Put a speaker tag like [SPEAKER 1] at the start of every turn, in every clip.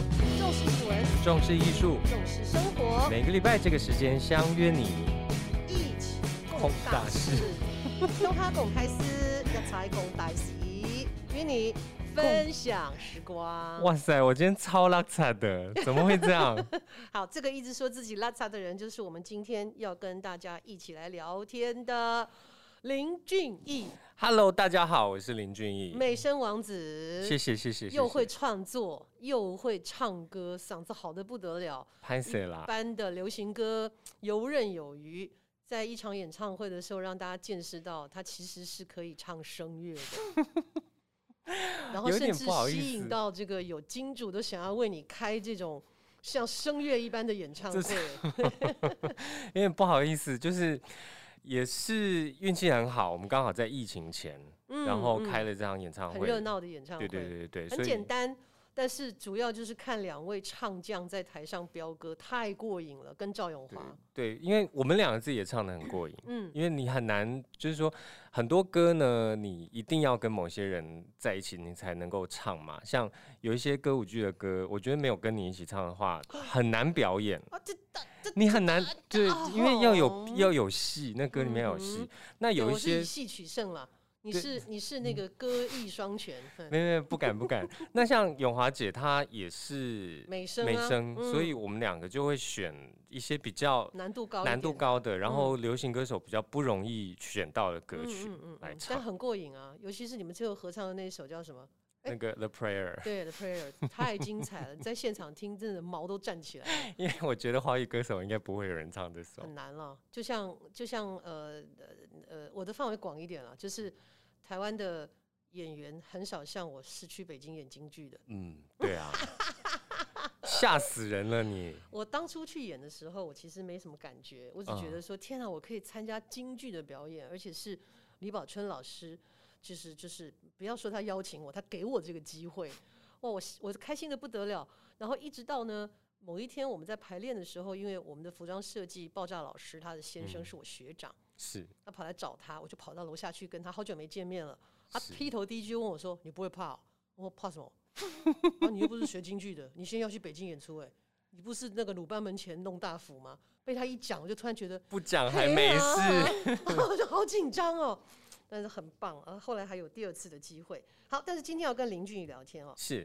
[SPEAKER 1] 艺文，
[SPEAKER 2] 重视艺术，
[SPEAKER 1] 重视生活，
[SPEAKER 2] 每个礼拜这个时间相约你。
[SPEAKER 1] 一起共大事。用哈共开司，一财共大事，与你分享时光。
[SPEAKER 2] 哇塞，我今天超拉惨 的，怎么会这样？
[SPEAKER 1] 好，这个一直说自己拉遢的人，就是我们今天要跟大家一起来聊天的林俊逸，
[SPEAKER 2] Hello，大家好，我是林俊逸。
[SPEAKER 1] 美声王子。
[SPEAKER 2] 谢谢谢谢，
[SPEAKER 1] 又会创作，又会唱歌，嗓子好的不得了。
[SPEAKER 2] 拍谁啦？
[SPEAKER 1] 般的流行歌游刃有余。在一场演唱会的时候，让大家见识到他其实是可以唱声乐的， 然后
[SPEAKER 2] 有
[SPEAKER 1] 甚
[SPEAKER 2] 点
[SPEAKER 1] 至
[SPEAKER 2] 不好意思
[SPEAKER 1] 吸引到这个有金主都想要为你开这种像声乐一般的演唱
[SPEAKER 2] 这
[SPEAKER 1] 会。
[SPEAKER 2] 有点不好意思，就是也是运气很好，我们刚好在疫情前，
[SPEAKER 1] 嗯
[SPEAKER 2] 然后
[SPEAKER 1] 嗯
[SPEAKER 2] 开了这场演唱
[SPEAKER 1] 很
[SPEAKER 2] 会，
[SPEAKER 1] 热闹的演唱会，
[SPEAKER 2] 对对对对对，
[SPEAKER 1] 很
[SPEAKER 2] 所
[SPEAKER 1] 简
[SPEAKER 2] 以
[SPEAKER 1] 单。但是主要就是看两位唱将在台上飙歌，太过瘾了，跟赵咏华，
[SPEAKER 2] 对，因为我们两个自己也唱的很过瘾。
[SPEAKER 1] 嗯，
[SPEAKER 2] 因为你很难，就是说很多歌呢，你一定要跟某些人在一起，你才能够唱嘛。像有一些歌舞剧的歌，我觉得没有跟你一起唱的 话，很难表演。
[SPEAKER 1] 啊，这这
[SPEAKER 2] 你很难，对，因为要有
[SPEAKER 1] 哦嗯
[SPEAKER 2] 要有戏，那歌里面要有戏。那
[SPEAKER 1] 对
[SPEAKER 2] 有一
[SPEAKER 1] 我是
[SPEAKER 2] 些
[SPEAKER 1] 以戏取胜了。你
[SPEAKER 2] 对
[SPEAKER 1] 是你是那个歌艺双全，嗯
[SPEAKER 2] 没没不敢 不敢。那像永华姐她也是
[SPEAKER 1] 美声啊
[SPEAKER 2] 美声，
[SPEAKER 1] 嗯
[SPEAKER 2] 所以我们两个就会选一些比较
[SPEAKER 1] 难度高一点，
[SPEAKER 2] 难度高的，然后流行歌手比较不容易选到的歌
[SPEAKER 1] 嗯
[SPEAKER 2] 曲
[SPEAKER 1] 嗯嗯嗯，
[SPEAKER 2] 来
[SPEAKER 1] 但
[SPEAKER 2] 唱。
[SPEAKER 1] 很过瘾啊！尤其是你们最后合唱的那一首叫什么？哎
[SPEAKER 2] 那个 The Prayer，
[SPEAKER 1] 对，The Prayer，太精彩了！你在现场听，真的毛都站起来，
[SPEAKER 2] 因为我觉得华语歌手应该不会有人唱这首。
[SPEAKER 1] 很难了。就像就像呃呃呃，我的范围广一点了，就是台湾的演员很少像我是去北京演京剧的。
[SPEAKER 2] 嗯，对啊，吓死人了你！
[SPEAKER 1] 我当初去演的时候，我其实没什么感觉，我只觉得说，天啊，我可以参加京剧的表演，而且是李宝春老师，就是就是不要说他邀请我，他给我这个机会，哇，我我开心的不得了。然后一直到呢某一天我们在排练的时候，因为我们的服装设计爆炸老师他的先生是我学长，
[SPEAKER 2] 是
[SPEAKER 1] 他跑来找他，我就跑到楼下去跟他，好久没见面了。他
[SPEAKER 2] 是
[SPEAKER 1] 劈头第一句问我说：“你不会怕哦、我说：“怕什么？ 啊，你又不是学京剧的，你先要去北京演出、哎，你不是那个鲁班门前弄大斧吗？”被他一讲，我就突然觉得
[SPEAKER 2] 不讲呃还没 事。
[SPEAKER 1] 事，我就好紧张哦。但是很棒啊！后来还有第二次的机会。好，但是今天要跟林俊逸聊天哦，
[SPEAKER 2] 是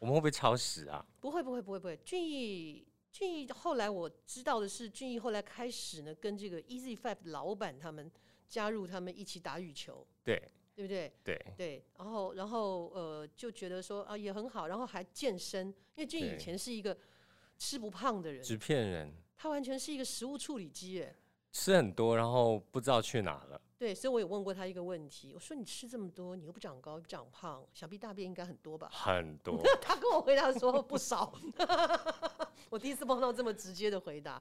[SPEAKER 2] 我们会不会超时啊？
[SPEAKER 1] 不会，不会，不会，不会。俊逸，俊逸，后来我知道的是，俊逸后来开始呢，跟这个 Easy Five 老板他们加入他们一起打羽球，
[SPEAKER 2] 对
[SPEAKER 1] 对不对？
[SPEAKER 2] 对，
[SPEAKER 1] 对，然后然后呃，就觉得说啊也很好，然后还健身，因为俊
[SPEAKER 2] 对
[SPEAKER 1] 以前是一个吃不胖的人，
[SPEAKER 2] 纸片人
[SPEAKER 1] 他完全是一个食物处理机哎。
[SPEAKER 2] 吃很多，然后不知道去哪了。
[SPEAKER 1] 对，所以我也问过他一个问题，我说你吃这么多，你又不长高，又不长胖，想必大便应该很多吧？
[SPEAKER 2] 很多，
[SPEAKER 1] 他跟我回答说不少， 我第一次碰到这么直接的回答。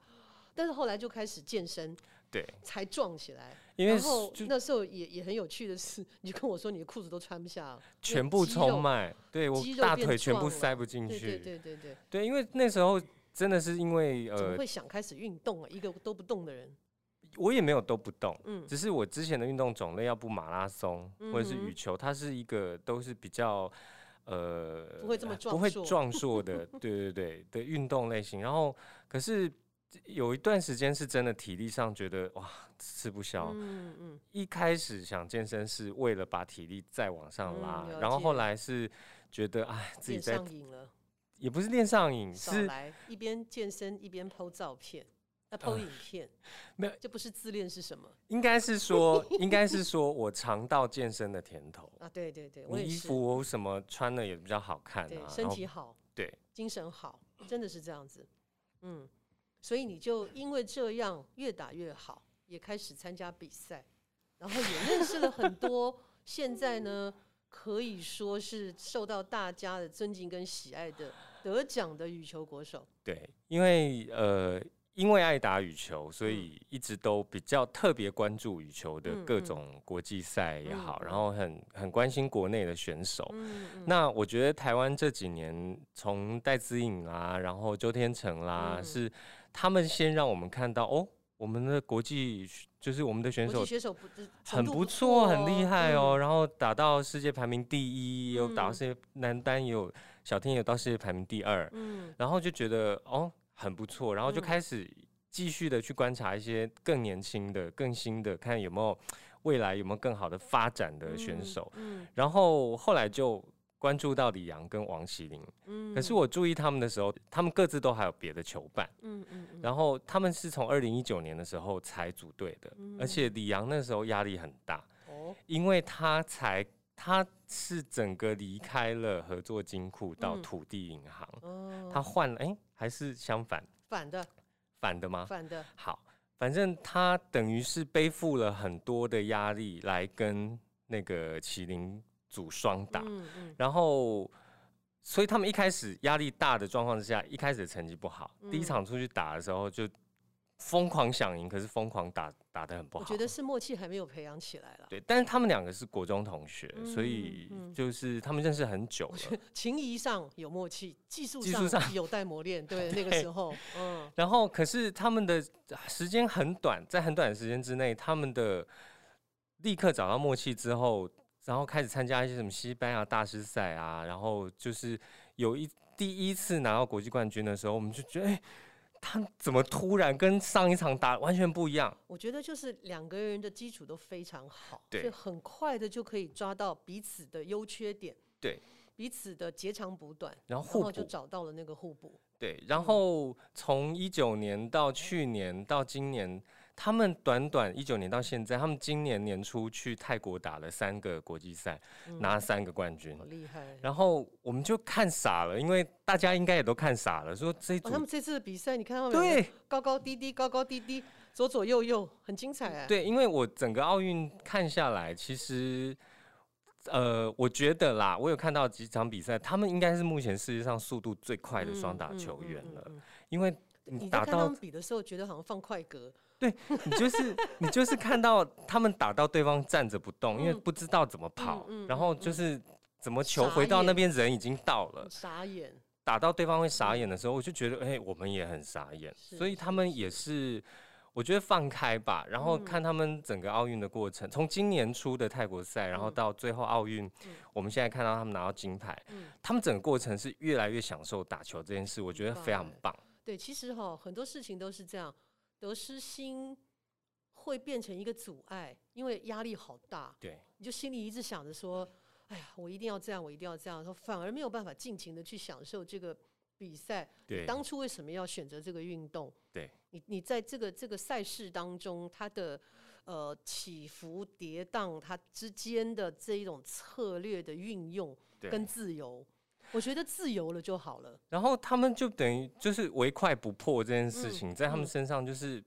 [SPEAKER 1] 但是后来就开始健身，
[SPEAKER 2] 对，
[SPEAKER 1] 才壮起来。
[SPEAKER 2] 因为
[SPEAKER 1] 然后
[SPEAKER 2] 就
[SPEAKER 1] 那时候也也很有趣的是，你就跟我说你的裤子都穿不下了，因为
[SPEAKER 2] 全部
[SPEAKER 1] 肌
[SPEAKER 2] 充
[SPEAKER 1] 肉
[SPEAKER 2] 满，对我
[SPEAKER 1] 肌肉
[SPEAKER 2] 大
[SPEAKER 1] 变
[SPEAKER 2] 腿全部
[SPEAKER 1] 壮了
[SPEAKER 2] 塞不进
[SPEAKER 1] 对
[SPEAKER 2] 去。
[SPEAKER 1] 对对对对。
[SPEAKER 2] 对因为那时候真的是因为
[SPEAKER 1] 怎么
[SPEAKER 2] 呃，
[SPEAKER 1] 会想开始运动啊？一个都不动的人，
[SPEAKER 2] 我也没有都不动，
[SPEAKER 1] 嗯
[SPEAKER 2] 只是我之前的运动种类，要不马拉松或者是羽球，它是一个都是比较呃
[SPEAKER 1] 不会这么壮
[SPEAKER 2] 不会
[SPEAKER 1] 硕
[SPEAKER 2] 壮硕的，对对对的运动类型。然后可是有一段时间是真的体力上觉得哇吃不消，
[SPEAKER 1] 嗯嗯，
[SPEAKER 2] 一开始想健身是为了把体力再往上
[SPEAKER 1] 嗯
[SPEAKER 2] 拉，
[SPEAKER 1] 了
[SPEAKER 2] 然后
[SPEAKER 1] 解
[SPEAKER 2] 后来是觉得哎自己
[SPEAKER 1] 练
[SPEAKER 2] 在
[SPEAKER 1] 上瘾了，
[SPEAKER 2] 也不是练上瘾，
[SPEAKER 1] 少
[SPEAKER 2] 是
[SPEAKER 1] 来，一边健身一边剖照片，啊，剖影片，
[SPEAKER 2] 呃没有
[SPEAKER 1] 这不是自恋是什么
[SPEAKER 2] 应该是说应该是说我尝到健身的甜头。
[SPEAKER 1] 啊？对 对对，我
[SPEAKER 2] 你
[SPEAKER 1] 也
[SPEAKER 2] 衣
[SPEAKER 1] 是，
[SPEAKER 2] 服我什么穿的也比较好看
[SPEAKER 1] 对
[SPEAKER 2] 啊，，
[SPEAKER 1] 身
[SPEAKER 2] 然后
[SPEAKER 1] 体好，
[SPEAKER 2] 对
[SPEAKER 1] 精神好，真的是这样子，嗯，所以你就因为这样越打越好，也开始参加比赛，然后也认识了很 多，现在呢。可以说是受到大家的尊敬跟喜爱的得奖的羽球国手，
[SPEAKER 2] 对，因为呃，因为爱打羽球，所
[SPEAKER 1] 嗯
[SPEAKER 2] 以一直都比较特别关注羽球的
[SPEAKER 1] 嗯
[SPEAKER 2] 各
[SPEAKER 1] 嗯
[SPEAKER 2] 种国际赛也
[SPEAKER 1] 嗯
[SPEAKER 2] 好，
[SPEAKER 1] 嗯
[SPEAKER 2] 然后很很关心国内的选手。
[SPEAKER 1] 嗯嗯
[SPEAKER 2] 那我觉得台湾这几年，从戴资颖啦，然后周天成啦，
[SPEAKER 1] 嗯
[SPEAKER 2] 是他们先让我们看到哦，我们的国际就是我们的选
[SPEAKER 1] 嗯国
[SPEAKER 2] 手
[SPEAKER 1] 际选手不这
[SPEAKER 2] 很
[SPEAKER 1] 程度
[SPEAKER 2] 不
[SPEAKER 1] 错
[SPEAKER 2] 错，
[SPEAKER 1] 哦，
[SPEAKER 2] 很厉害
[SPEAKER 1] 嗯。
[SPEAKER 2] 哦。然后打到世界排名第一，也有打到
[SPEAKER 1] 嗯
[SPEAKER 2] 世界男单，也有小天也倒是排名第二，
[SPEAKER 1] 嗯，
[SPEAKER 2] 然后就觉得哦很不错，然后就
[SPEAKER 1] 嗯
[SPEAKER 2] 开始继续的去观察一些更年轻的、更新的，看有没有未来有没有更好的发展的选
[SPEAKER 1] 嗯
[SPEAKER 2] 手。，
[SPEAKER 1] 嗯
[SPEAKER 2] 然后后来就关注到李阳跟王麒麟，
[SPEAKER 1] 嗯
[SPEAKER 2] 可是，我注意他们的时候，他们各自都还有别的球伴。
[SPEAKER 1] 嗯嗯，
[SPEAKER 2] 然后他们是从二零一九年的时候才组队的，
[SPEAKER 1] 嗯
[SPEAKER 2] 而且李阳那时候压力很大，
[SPEAKER 1] 后哦，
[SPEAKER 2] 因为他才他是整个离开了合作金库到
[SPEAKER 1] 嗯
[SPEAKER 2] 土地银行，
[SPEAKER 1] 哦
[SPEAKER 2] 他换了哎、还是相反
[SPEAKER 1] 反的
[SPEAKER 2] 反的吗？
[SPEAKER 1] 反的，
[SPEAKER 2] 好，反正他等于是背负了很多的压力来跟那个麒麟组双打，
[SPEAKER 1] 嗯嗯
[SPEAKER 2] 然后，所以他们一开始压力大的状况之下，一开始成绩不好，第一
[SPEAKER 1] 嗯
[SPEAKER 2] 场出去打的时候就疯狂想赢，可是疯狂打打的很不
[SPEAKER 1] 我
[SPEAKER 2] 好。
[SPEAKER 1] 觉得是默契还没有培养起来了，
[SPEAKER 2] 对，但是他们两个是国中同学，所以
[SPEAKER 1] 嗯嗯
[SPEAKER 2] 就是他们认识很久了。
[SPEAKER 1] 情谊上有默契，技术
[SPEAKER 2] 技术上
[SPEAKER 1] 有待磨练，对，那个
[SPEAKER 2] 对
[SPEAKER 1] 时候，嗯，
[SPEAKER 2] 然后，可是他们的时间很短，在很短的时间之内，他们的立刻找到默契之后，然后开始参加一些什么西班牙大师赛啊，然后就是有一第一次拿到国际冠军的时候，我们就觉得，哎、他怎么突然跟上一场打完全不一样？
[SPEAKER 1] 我觉得就是两个人的基础都非常好，
[SPEAKER 2] 对
[SPEAKER 1] 所以很快的就可以抓到彼此的优缺点，
[SPEAKER 2] 对，
[SPEAKER 1] 彼此的截长补短，
[SPEAKER 2] 然后
[SPEAKER 1] 然
[SPEAKER 2] 互
[SPEAKER 1] 后就嗯
[SPEAKER 2] 补，
[SPEAKER 1] 找到了那个互补，
[SPEAKER 2] 对，然后从一九年到去年到今年。他们短短一九年到现在，他们今年年初去泰国打了三个国际赛，
[SPEAKER 1] 嗯
[SPEAKER 2] 拿三个冠军
[SPEAKER 1] 好。厉害。
[SPEAKER 2] 然后我们就看傻了，因为大家应该也都看傻了，说这一
[SPEAKER 1] 哦，
[SPEAKER 2] 组、
[SPEAKER 1] 他们这次的比赛，你看到没有？
[SPEAKER 2] 对
[SPEAKER 1] 高高低低，高高低低，左左右右，很精彩哎、
[SPEAKER 2] 对，因为我整个奥运看下来，其实呃，我觉得啦，我有看到几场比赛，他们应该是目前世界上速度最快的双打球员了，
[SPEAKER 1] 嗯嗯嗯嗯
[SPEAKER 2] 因为
[SPEAKER 1] 你
[SPEAKER 2] 你
[SPEAKER 1] 在
[SPEAKER 2] 打
[SPEAKER 1] 看他
[SPEAKER 2] 到
[SPEAKER 1] 们比的时候，觉得好像放快格，
[SPEAKER 2] 你就是你就是看到他们打到对方站着不动，因为
[SPEAKER 1] 嗯
[SPEAKER 2] 不知道怎么跑，
[SPEAKER 1] 嗯
[SPEAKER 2] 然后就是怎么球
[SPEAKER 1] 傻
[SPEAKER 2] 回到那
[SPEAKER 1] 眼
[SPEAKER 2] 边人已经到了
[SPEAKER 1] 很，傻眼。
[SPEAKER 2] 打到对方会傻眼的时候，我就觉得，哎、我们也很傻眼，
[SPEAKER 1] 嗯是
[SPEAKER 2] 所以他们也是，我觉得放开吧，然
[SPEAKER 1] 嗯
[SPEAKER 2] 后看他们整个奥运的过程，从今年初的泰国赛，然后
[SPEAKER 1] 嗯
[SPEAKER 2] 到最后奥运，
[SPEAKER 1] 嗯
[SPEAKER 2] 我们现在看到他们拿到金牌，
[SPEAKER 1] 嗯
[SPEAKER 2] 他们整个过程是越来越享受打球这件事，我觉得非常棒，
[SPEAKER 1] 对，其实哈、很多事情都是这样，得失心会变成一个阻碍，因为压力好大，
[SPEAKER 2] 对，
[SPEAKER 1] 你就心里一直想着说，哎呀，我一定要这样，我一定要这样，说反而没有办法尽情的去享受这个比赛。
[SPEAKER 2] 对，
[SPEAKER 1] 当初为什么要选择这个运动？
[SPEAKER 2] 对，
[SPEAKER 1] 你你在这个这个赛事当中，它的呃起伏跌宕，它之间的这一种策略的运用
[SPEAKER 2] 对
[SPEAKER 1] 跟自由，我觉得自由了就好了。
[SPEAKER 2] 然后他们就等于就是唯快不破这件事情，在他们
[SPEAKER 1] 嗯
[SPEAKER 2] 身上就是。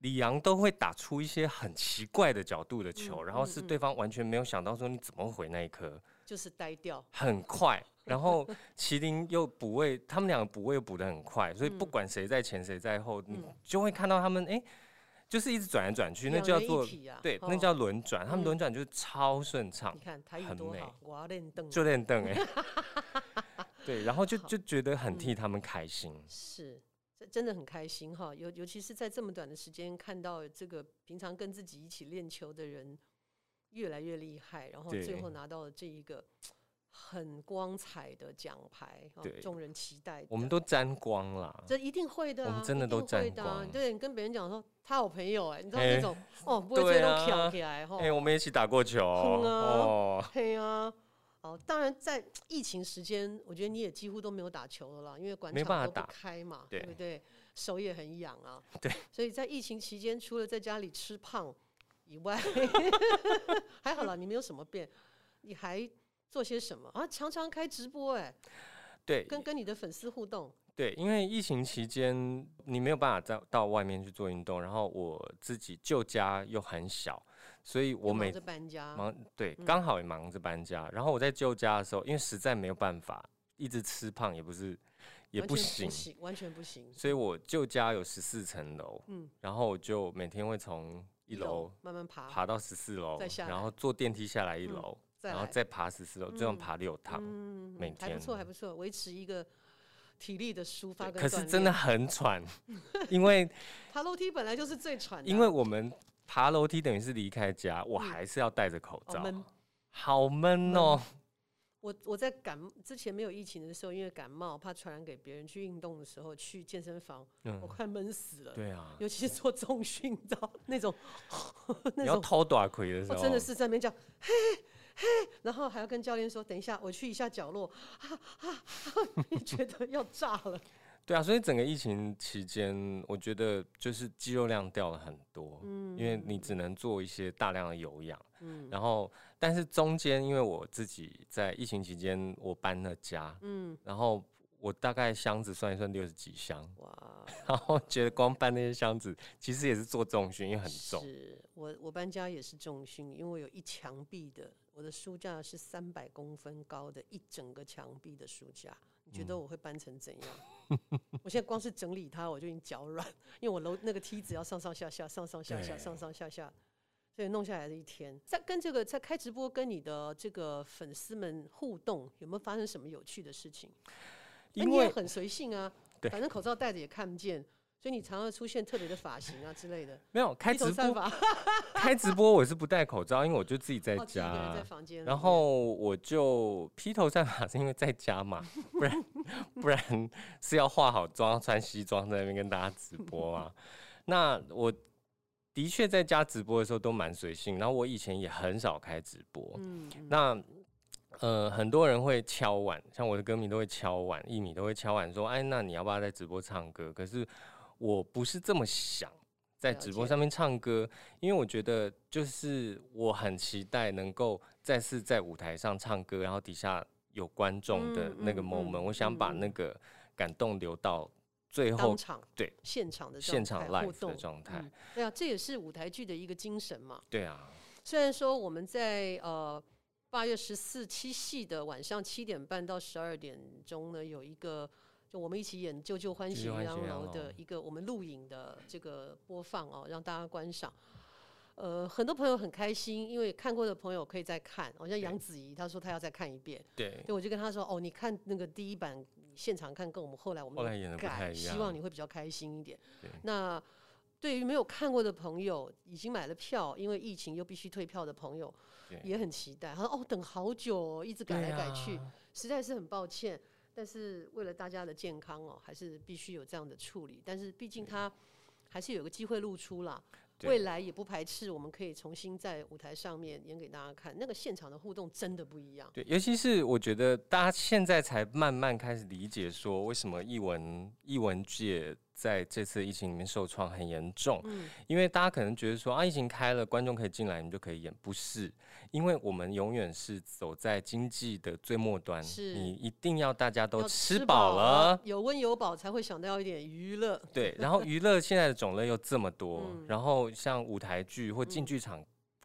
[SPEAKER 2] 李阳都会打出一些很奇怪的角度的球，
[SPEAKER 1] 嗯
[SPEAKER 2] 然后
[SPEAKER 1] 嗯
[SPEAKER 2] 是
[SPEAKER 1] 嗯
[SPEAKER 2] 对方完全没有想到说你怎么会回那一颗，
[SPEAKER 1] 就是呆掉，
[SPEAKER 2] 很快，然后麒麟又补位，他们两个补位又补得很快，所以不
[SPEAKER 1] 嗯
[SPEAKER 2] 管谁在前谁在后，你
[SPEAKER 1] 嗯
[SPEAKER 2] 就会看到他们哎、诶就是一直转来转去，那叫
[SPEAKER 1] 两人一
[SPEAKER 2] 做
[SPEAKER 1] 体啊
[SPEAKER 2] 对，
[SPEAKER 1] 哦
[SPEAKER 2] 那叫轮转，他
[SPEAKER 1] 嗯
[SPEAKER 2] 们轮转就是超顺畅
[SPEAKER 1] 你，看台语
[SPEAKER 2] 很
[SPEAKER 1] 多
[SPEAKER 2] 美
[SPEAKER 1] 好，我练凳
[SPEAKER 2] 就练凳 哎，对，然后就
[SPEAKER 1] 嗯好
[SPEAKER 2] 就觉得很
[SPEAKER 1] 嗯
[SPEAKER 2] 替他们开心，
[SPEAKER 1] 是，这真的很开心哈。尤尤其是在这么短的时间，看到这个平常跟自己一起练球的人越来越厉害，然后
[SPEAKER 2] 对
[SPEAKER 1] 最后拿到了这一个很光彩的奖牌，啊
[SPEAKER 2] 对
[SPEAKER 1] 众人期待的。
[SPEAKER 2] 我们都沾光啦，
[SPEAKER 1] 这一定会的、啊，
[SPEAKER 2] 我们真的
[SPEAKER 1] 一
[SPEAKER 2] 都
[SPEAKER 1] 定会
[SPEAKER 2] 沾
[SPEAKER 1] 的啊、
[SPEAKER 2] 光
[SPEAKER 1] 对，你跟别人讲说他有朋友哎、你知道
[SPEAKER 2] 哎
[SPEAKER 1] 那种、哦，不会
[SPEAKER 2] 对
[SPEAKER 1] 最后
[SPEAKER 2] 啊
[SPEAKER 1] 挑起来哈。
[SPEAKER 2] 哎，我们一起打过球
[SPEAKER 1] 哼啊
[SPEAKER 2] 哦，
[SPEAKER 1] 对啊，哦，当然在疫情时间，我觉得你也几乎都没有打球了啦，因为馆
[SPEAKER 2] 没办
[SPEAKER 1] 场
[SPEAKER 2] 法
[SPEAKER 1] 都
[SPEAKER 2] 打
[SPEAKER 1] 不开嘛，
[SPEAKER 2] 对
[SPEAKER 1] 不对？手也很痒啊，
[SPEAKER 2] 对。
[SPEAKER 1] 所以在疫情期间，除了在家里吃胖以外， 还好啦，你没有什么变，你还做些什么啊？常常开直播哎、
[SPEAKER 2] 对，
[SPEAKER 1] 跟跟你的粉丝互动，
[SPEAKER 2] 对，因为疫情期间你没有办法在到外面去做运动，然后我自己旧家又很小，所以我
[SPEAKER 1] 又忙
[SPEAKER 2] 每
[SPEAKER 1] 着嗯搬家，
[SPEAKER 2] 忙对刚好也忙着搬家，然后我在旧家的时候，因为实在没有办法一直吃胖，也不是也
[SPEAKER 1] 完
[SPEAKER 2] 不
[SPEAKER 1] 全
[SPEAKER 2] 行
[SPEAKER 1] 不，行，完全不行。
[SPEAKER 2] 所以我旧家有十四层楼，
[SPEAKER 1] 嗯，
[SPEAKER 2] 然后我就每天会从一楼
[SPEAKER 1] 慢慢爬，
[SPEAKER 2] 爬到十四楼
[SPEAKER 1] 再，下
[SPEAKER 2] 然
[SPEAKER 1] 来嗯
[SPEAKER 2] 后坐电梯下来一楼，
[SPEAKER 1] 再
[SPEAKER 2] 然后
[SPEAKER 1] 来，
[SPEAKER 2] 再爬十四楼，最后
[SPEAKER 1] 嗯
[SPEAKER 2] 爬六趟。
[SPEAKER 1] 嗯
[SPEAKER 2] 每
[SPEAKER 1] 还不
[SPEAKER 2] 天
[SPEAKER 1] 错，还不错，维持一个体力的抒发
[SPEAKER 2] 对
[SPEAKER 1] 跟
[SPEAKER 2] 可
[SPEAKER 1] 锻
[SPEAKER 2] 是
[SPEAKER 1] 炼
[SPEAKER 2] 真的 很喘，因为
[SPEAKER 1] 爬楼梯本来就是最喘的啊，
[SPEAKER 2] 因为我们爬楼梯等于是离开家，我
[SPEAKER 1] 嗯
[SPEAKER 2] 还是要戴着口
[SPEAKER 1] 哦
[SPEAKER 2] 罩，
[SPEAKER 1] 闷
[SPEAKER 2] 好闷哦、
[SPEAKER 1] 我我在感之前没有疫情的时候，因为感冒怕传染给别人，去运动的时候去健身房，我
[SPEAKER 2] 嗯，
[SPEAKER 1] 快闷死了。
[SPEAKER 2] 对啊，
[SPEAKER 1] 尤其是做重训，你知 道那种
[SPEAKER 2] 你
[SPEAKER 1] 那
[SPEAKER 2] 要
[SPEAKER 1] 种
[SPEAKER 2] 偷短魁的时
[SPEAKER 1] 我
[SPEAKER 2] 候，
[SPEAKER 1] 真的是在那边叫，嘿，嘿，然后还要跟教练说，等一下，我去一下角落，啊啊，啊 觉得要炸了。
[SPEAKER 2] 对啊，所以整个疫情期间，我觉得就是肌肉量掉了很多，因为你只能做一些大量的有氧，
[SPEAKER 1] 嗯
[SPEAKER 2] 然后但是中间因为我自己在疫情期间我搬了家，
[SPEAKER 1] 嗯，
[SPEAKER 2] 然后我大概箱子算一算六十几箱，
[SPEAKER 1] 哇，
[SPEAKER 2] 然后觉得光搬那些箱子其实也是做重训，因为很重，
[SPEAKER 1] 是我我搬家也是重训，因为我有一墙壁的，我的书架是三百公分高的一整个墙壁的书架，你觉
[SPEAKER 2] 嗯
[SPEAKER 1] 得我会搬成怎样？ 我现在光是整理它，我就已经脚软，因为我楼那个梯子要上上下下，上上下下，
[SPEAKER 2] 对
[SPEAKER 1] 上上下下。所以弄下来的一天，在跟这个在开直播跟你的这个粉丝们互动，有没有发生什么有趣的事情？那
[SPEAKER 2] 因
[SPEAKER 1] 你也
[SPEAKER 2] 为
[SPEAKER 1] 很随性啊，
[SPEAKER 2] 对
[SPEAKER 1] 反正口罩戴着也看不见，所以你常常出现特别的发型啊之类的。
[SPEAKER 2] 没有开
[SPEAKER 1] 披头
[SPEAKER 2] 直
[SPEAKER 1] 散
[SPEAKER 2] 播，
[SPEAKER 1] 发，
[SPEAKER 2] 开直播我是不戴口罩，因为我就自己在
[SPEAKER 1] 哦，自己一
[SPEAKER 2] 家
[SPEAKER 1] 个人在
[SPEAKER 2] 啊，
[SPEAKER 1] 房间里面。
[SPEAKER 2] 然后我就披头散发， 是因为在家嘛，不然不然是要化好妆、穿西装在那边跟大家直播啊。那我的确在家直播的时候都蛮随性，然后我以前也很少开直播。
[SPEAKER 1] 嗯，嗯，
[SPEAKER 2] 那呃，很多人会敲碗，像我的歌迷都会敲碗，艺迷都会敲碗说：“哎，那你要不要在直播唱歌？”可是我不是这么想在
[SPEAKER 1] 了
[SPEAKER 2] 直播
[SPEAKER 1] 解
[SPEAKER 2] 上面唱歌，因为我觉得就是我很期待能够再次在舞台上唱歌，然后底下有观众的
[SPEAKER 1] 嗯
[SPEAKER 2] 那个
[SPEAKER 1] 嗯
[SPEAKER 2] moment，、
[SPEAKER 1] 嗯
[SPEAKER 2] 我想把
[SPEAKER 1] 嗯嗯
[SPEAKER 2] 那个感动留到最后
[SPEAKER 1] 当场
[SPEAKER 2] 对
[SPEAKER 1] 现场的状
[SPEAKER 2] 现场
[SPEAKER 1] 态
[SPEAKER 2] live
[SPEAKER 1] 互
[SPEAKER 2] 的
[SPEAKER 1] 动
[SPEAKER 2] 状态。
[SPEAKER 1] 嗯对啊，这也是舞台剧的一个精神嘛。
[SPEAKER 2] 对啊，
[SPEAKER 1] 虽然说我们在呃八月十四七夕的晚上七点半到十二点钟呢，有一个就我们一起演《旧旧欢喜
[SPEAKER 2] 旧旧欢喜啊
[SPEAKER 1] 洋
[SPEAKER 2] 哦
[SPEAKER 1] 楼
[SPEAKER 2] 洋楼》
[SPEAKER 1] 的一个我们录影的这个播放哦，让大家观赏。呃，很多朋友很开心，因为看过的朋友可以再看。好、像杨子怡，她说她要再看一遍。
[SPEAKER 2] 对，
[SPEAKER 1] 对，我就跟他说，哦，你看那个第一版你现场看，跟我们后来我
[SPEAKER 2] 后
[SPEAKER 1] 们
[SPEAKER 2] 来演的不太
[SPEAKER 1] 改，
[SPEAKER 2] 一
[SPEAKER 1] 希望
[SPEAKER 2] 样，
[SPEAKER 1] 你会比较开心一点
[SPEAKER 2] 对。
[SPEAKER 1] 那对于没有看过的朋友，已经买了票，因为疫情又必须退票的朋友
[SPEAKER 2] 对，
[SPEAKER 1] 也很期待。他说，哦，等好久、哦，一直改来
[SPEAKER 2] 对
[SPEAKER 1] 改
[SPEAKER 2] 啊
[SPEAKER 1] 去，实在是很抱歉。但是为了大家的健康哦，还是必须有这样的处理。但是毕竟它还是有个机会露出啦，
[SPEAKER 2] 对
[SPEAKER 1] 未来也不排斥我们可以重新在舞台上面演给大家看。那个现场的互动真的不一样。
[SPEAKER 2] 对，尤其是我觉得大家现在才慢慢开始理解，说为什么译文译文界在这次疫情里面受创很严重，
[SPEAKER 1] 嗯
[SPEAKER 2] 因为大家可能觉得说啊，疫情开了，观众可以进来，你就可以演，不是，因为我们永远是走在经济的最末端，
[SPEAKER 1] 是
[SPEAKER 2] 你一定要大家都
[SPEAKER 1] 要
[SPEAKER 2] 吃
[SPEAKER 1] 饱
[SPEAKER 2] 饱了。，
[SPEAKER 1] 有温有饱才会想到一点娱乐。
[SPEAKER 2] 对，然后娱乐现在的种类又这么多，
[SPEAKER 1] 嗯
[SPEAKER 2] 然后像舞台剧或进
[SPEAKER 1] 嗯
[SPEAKER 2] 剧场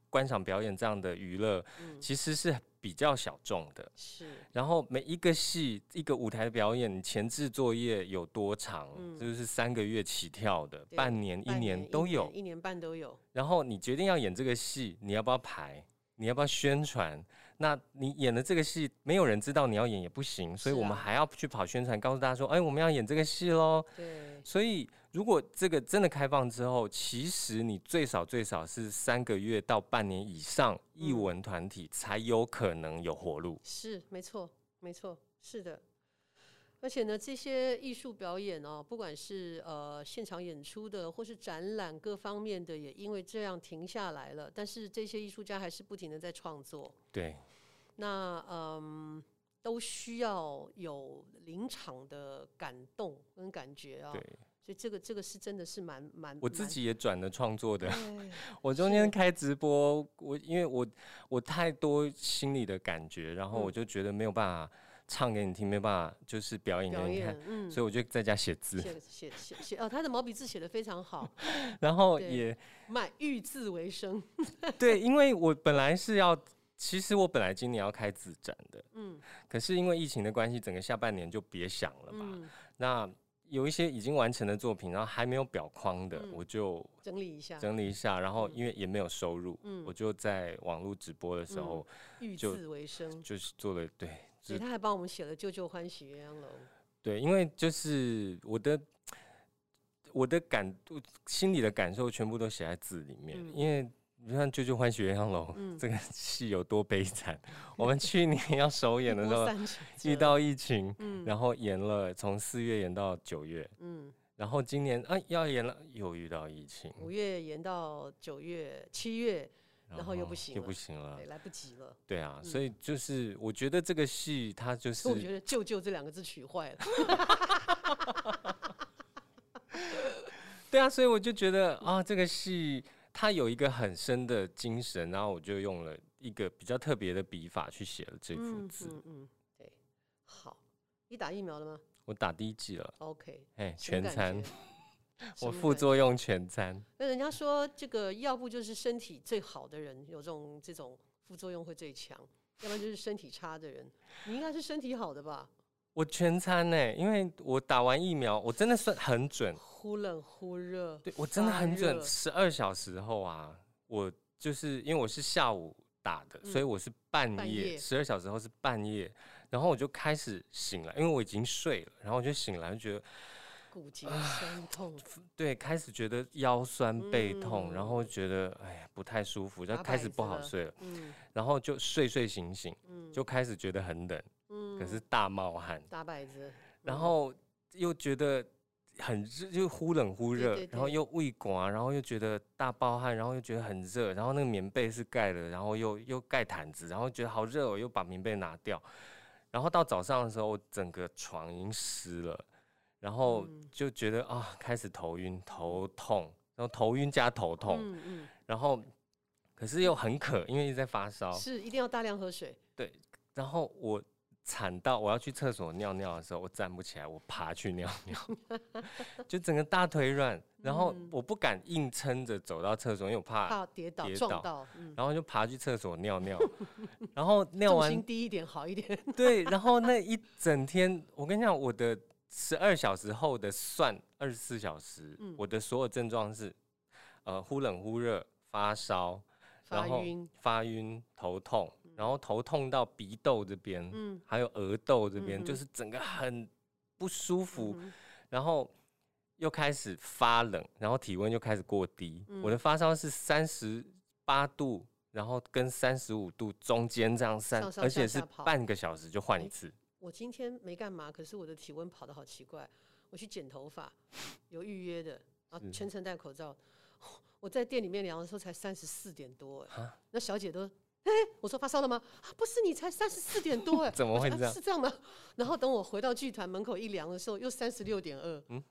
[SPEAKER 2] 观赏表演这样的娱乐，
[SPEAKER 1] 嗯，
[SPEAKER 2] 其实是比较小众的。
[SPEAKER 1] 是
[SPEAKER 2] 然后每一个戏、一个舞台表演，你前置作业有多长？
[SPEAKER 1] 嗯
[SPEAKER 2] 就是三个月起跳的，
[SPEAKER 1] 对
[SPEAKER 2] 半年、一
[SPEAKER 1] 半
[SPEAKER 2] 年都有。
[SPEAKER 1] 一年半都有。
[SPEAKER 2] 然后你决定要演这个戏，你要不要排？你要不要宣传？那你演的这个戏，没有人知道你要演也不行，所以
[SPEAKER 1] 是
[SPEAKER 2] 我
[SPEAKER 1] 啊
[SPEAKER 2] 们还要去跑宣传，告诉大家说：“哎，我们要演这个戏喽。”
[SPEAKER 1] 对，
[SPEAKER 2] 所以，如果这个真的开放之后，其实你最少最少是三个月到半年以上，艺
[SPEAKER 1] 嗯
[SPEAKER 2] 文团体才有可能有活路。
[SPEAKER 1] 是没错，没错，是的。而且呢，这些艺术表演哦，不管是呃现场演出的，或是展览各方面的，也因为这样停下来了。但是这些艺术家还是不停的在创作。
[SPEAKER 2] 对，
[SPEAKER 1] 那嗯，都需要有临场的感动跟感觉啊、
[SPEAKER 2] 对。
[SPEAKER 1] 所以这个这个是真的是蛮蛮
[SPEAKER 2] 我
[SPEAKER 1] 嗯
[SPEAKER 2] 自
[SPEAKER 1] 蛮
[SPEAKER 2] 己也转了创作 的，
[SPEAKER 1] 对
[SPEAKER 2] 我中
[SPEAKER 1] 是
[SPEAKER 2] 间开直播，我因为我我太多心里的感觉，然后我
[SPEAKER 1] 嗯
[SPEAKER 2] 就觉得没有办法唱给你听，没有办法就是表演
[SPEAKER 1] 表
[SPEAKER 2] 给你
[SPEAKER 1] 演
[SPEAKER 2] 看，，
[SPEAKER 1] 嗯，
[SPEAKER 2] 所以我就在家写字，
[SPEAKER 1] 写写写写哦，他的毛笔字写的非常好，
[SPEAKER 2] 然后
[SPEAKER 1] 对
[SPEAKER 2] 也
[SPEAKER 1] 卖育字为生，
[SPEAKER 2] 对，因为我本来是要，其实我本来今年要开自展的，
[SPEAKER 1] 嗯
[SPEAKER 2] 可是因为疫情的关系，整个下半年就别想了吧。
[SPEAKER 1] 嗯，
[SPEAKER 2] 那有一些已经完成的作品，然后还没有表框的，
[SPEAKER 1] 嗯
[SPEAKER 2] 我就
[SPEAKER 1] 整理一下，
[SPEAKER 2] 整理一下，然后
[SPEAKER 1] 嗯
[SPEAKER 2] 因为也没有收入，
[SPEAKER 1] 嗯
[SPEAKER 2] 我就在网络直播的时候。
[SPEAKER 1] 育
[SPEAKER 2] 就
[SPEAKER 1] 字为生，
[SPEAKER 2] 就是做了对，
[SPEAKER 1] 所以
[SPEAKER 2] 就
[SPEAKER 1] 他还帮我们写了《舅舅欢喜鸳鸯楼》，
[SPEAKER 2] 对，因为就是我的我的感我心里的感受全部都写在字里面，
[SPEAKER 1] 嗯
[SPEAKER 2] 因为你看《舅舅欢喜鸳鸯楼》这个戏有多悲惨，我们去年要首演的 时候遇到疫情，
[SPEAKER 1] 嗯
[SPEAKER 2] 然后延了，从四月延到九月，嗯，然后今年啊要延了，又遇到疫情，
[SPEAKER 1] 五月延到九月、七月，然后又不行，
[SPEAKER 2] 又不行了，
[SPEAKER 1] 对，来不及了。
[SPEAKER 2] 对啊，所以就是我觉得这个戏它就是，
[SPEAKER 1] 我觉得“舅舅”这两个字取坏了。
[SPEAKER 2] 对啊，所以我就觉得啊，这个戏它有一个很深的精神，然后我就用了一个比较特别的笔法去写了这幅字。
[SPEAKER 1] 嗯、嗯、嗯，对，好，你打疫苗了吗？
[SPEAKER 2] 我打第一剂了。
[SPEAKER 1] OK，
[SPEAKER 2] 哎，全餐， 我副作用全餐。
[SPEAKER 1] 那人家说这个，要不就是身体最好的人有这种这种副作用会最强，要不然就是身体差的人。你应该是身体好的吧？
[SPEAKER 2] 我全餐呢、欸，因为我打完疫苗，我真的算很准，
[SPEAKER 1] 忽冷忽热。
[SPEAKER 2] 对我真的很准，十二小时后啊，我就是因为我是下午打的，嗯、所以我是半夜，十二小时后是半夜，然后我就开始醒了，因为我已经睡了，然后我就醒来就觉得啊
[SPEAKER 1] 骨节酸 痛、啊，
[SPEAKER 2] 对，开始觉得腰酸背痛，嗯、然后觉得哎不太舒服，就开始不好睡了，嗯，然后就睡睡醒醒，嗯，就开始觉得很冷。可是大冒汗，
[SPEAKER 1] 嗯大摆子，
[SPEAKER 2] 然后又觉得很热，就忽冷忽热，然后又胃寒，然后又觉得大爆汗，然后又觉得很热，然后那个棉被是盖了，然后又又盖毯子，然后觉得好热，我哦又把棉被拿掉，然后到早上的时候，我整个床已经湿了，然后
[SPEAKER 1] 嗯
[SPEAKER 2] 就觉得啊，开始头晕、头痛，然后头晕加头痛，嗯嗯，然后可是又很渴，因为一直在发烧，
[SPEAKER 1] 是一定要大量喝水，
[SPEAKER 2] 对，然后我。惨到我要去厕所尿尿的时候，我站不起来，我爬去尿尿， 就整个大腿软，然后我不敢硬撑着走到厕所，因为我怕
[SPEAKER 1] 怕跌倒撞到，嗯、
[SPEAKER 2] 然后就爬去厕所尿尿，然后尿完
[SPEAKER 1] 低一点好一点，
[SPEAKER 2] 对， 然后那一整天，我跟你讲，我的十二小时后的算二十四小时，嗯、我的所有症状是，呃，忽冷忽热、发烧，然后发晕、头痛。然后头痛到鼻窦这边，嗯，还有额窦这边，嗯、就是整个很不舒服，嗯、然后又开始发冷，然后体温又开始过低。嗯、我的发烧是三十八度，然后跟三十五度中间这样散，
[SPEAKER 1] 上上下下
[SPEAKER 2] 而且是半个小时就换一次。
[SPEAKER 1] 我今天没干嘛，可是我的体温跑得好奇怪。我去剪头发，有预约的，然后全程戴口罩。 我在店里面量的时候才三十四点多，哎，那小姐都。哎、欸，我说发烧了吗？啊，不是，你才三十四点多哎、欸，
[SPEAKER 2] 怎么会 这样、
[SPEAKER 1] 啊？是这样吗？然后等我回到剧团门口一量的时候，又三十六点二，嗯，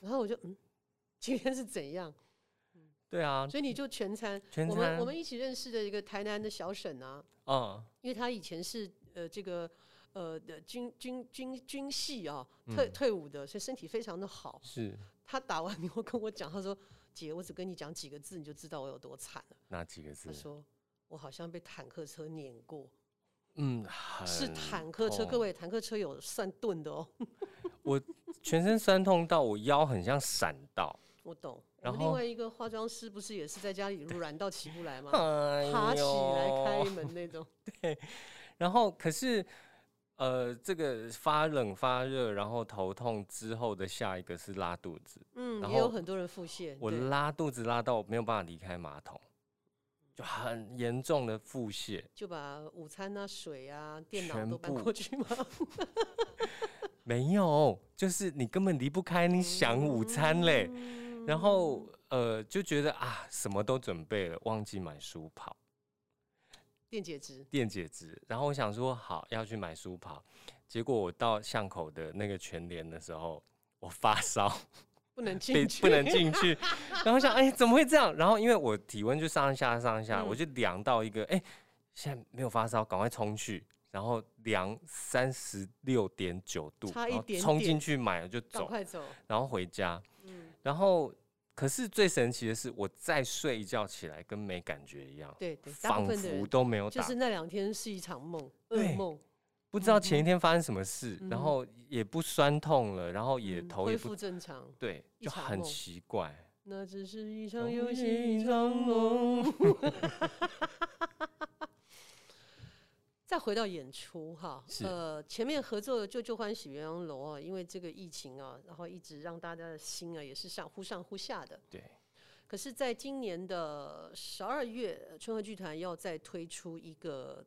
[SPEAKER 1] 然后我就嗯，今天是怎样？
[SPEAKER 2] 对啊，
[SPEAKER 1] 所以你就全餐，
[SPEAKER 2] 全
[SPEAKER 1] 我们我们一起认识的一个台南的小沈啊，嗯，
[SPEAKER 2] 哦
[SPEAKER 1] 因为他以前是呃这个呃军军军军系啊退、嗯、退伍的，所以身体非常的好。
[SPEAKER 2] 是，
[SPEAKER 1] 他打完 以后跟我讲，他说姐，我只跟你讲几个字，你就知道我有多惨了。
[SPEAKER 2] 哪几个字？
[SPEAKER 1] 他说。我好像被坦克车碾过，
[SPEAKER 2] 嗯，
[SPEAKER 1] 是坦克车。各位，坦克车有算钝的哦。
[SPEAKER 2] 我全身酸痛到我腰很像闪到。
[SPEAKER 1] 我懂。
[SPEAKER 2] 然
[SPEAKER 1] 后另外一个化妆师不是也是在家里软到起不来 吗？
[SPEAKER 2] 哎
[SPEAKER 1] 爬起来开门那种。
[SPEAKER 2] 对。然后可是，呃，这个发冷发热，然后头痛之后的下一个是拉肚子。
[SPEAKER 1] 嗯，也有很多人腹泻。
[SPEAKER 2] 我拉肚子拉到没有办法离开马桶。就很严重的腹泻，
[SPEAKER 1] 就把午餐啊、水啊、电脑都搬过去吗？
[SPEAKER 2] 没有，就是你根本离不开，你想午餐嘞，嗯、然后呃就觉得啊什么都准备了，忘记买书跑，
[SPEAKER 1] 电解质，
[SPEAKER 2] 电解质。然后我想说好要去买书跑，结果我到巷口的那个全联的时候，我发烧。
[SPEAKER 1] 不能进去，
[SPEAKER 2] 不能进去。然后想，哎、欸，怎么会这样？然后因为我体温就上下上下，嗯、我就量到一个，哎、欸，现在没有发烧，赶快冲去。然后量三十六点九度，
[SPEAKER 1] 差一点
[SPEAKER 2] 冲进去买了就走，
[SPEAKER 1] 快走。
[SPEAKER 2] 然后回家，嗯。然后，可是最神奇的是，我再睡一觉起来，跟没感觉一样。
[SPEAKER 1] 对对，
[SPEAKER 2] 仿佛都没有打。
[SPEAKER 1] 就是那两天是一场梦，噩梦。
[SPEAKER 2] 不知道前一
[SPEAKER 1] 嗯
[SPEAKER 2] 天发生什么事，嗯、然后也不酸痛了，然后也头也
[SPEAKER 1] 嗯恢复正常，
[SPEAKER 2] 对，就很奇怪。
[SPEAKER 1] 那只是一场游戏，一场梦。再回到演出哈，呃，前面合作的《旧旧欢喜鸳鸯楼》啊，因为这个疫情啊，然后一直让大家的心啊也是上忽上忽下的。
[SPEAKER 2] 对。
[SPEAKER 1] 可是，在今年的十二月，呃春和剧团要再推出一个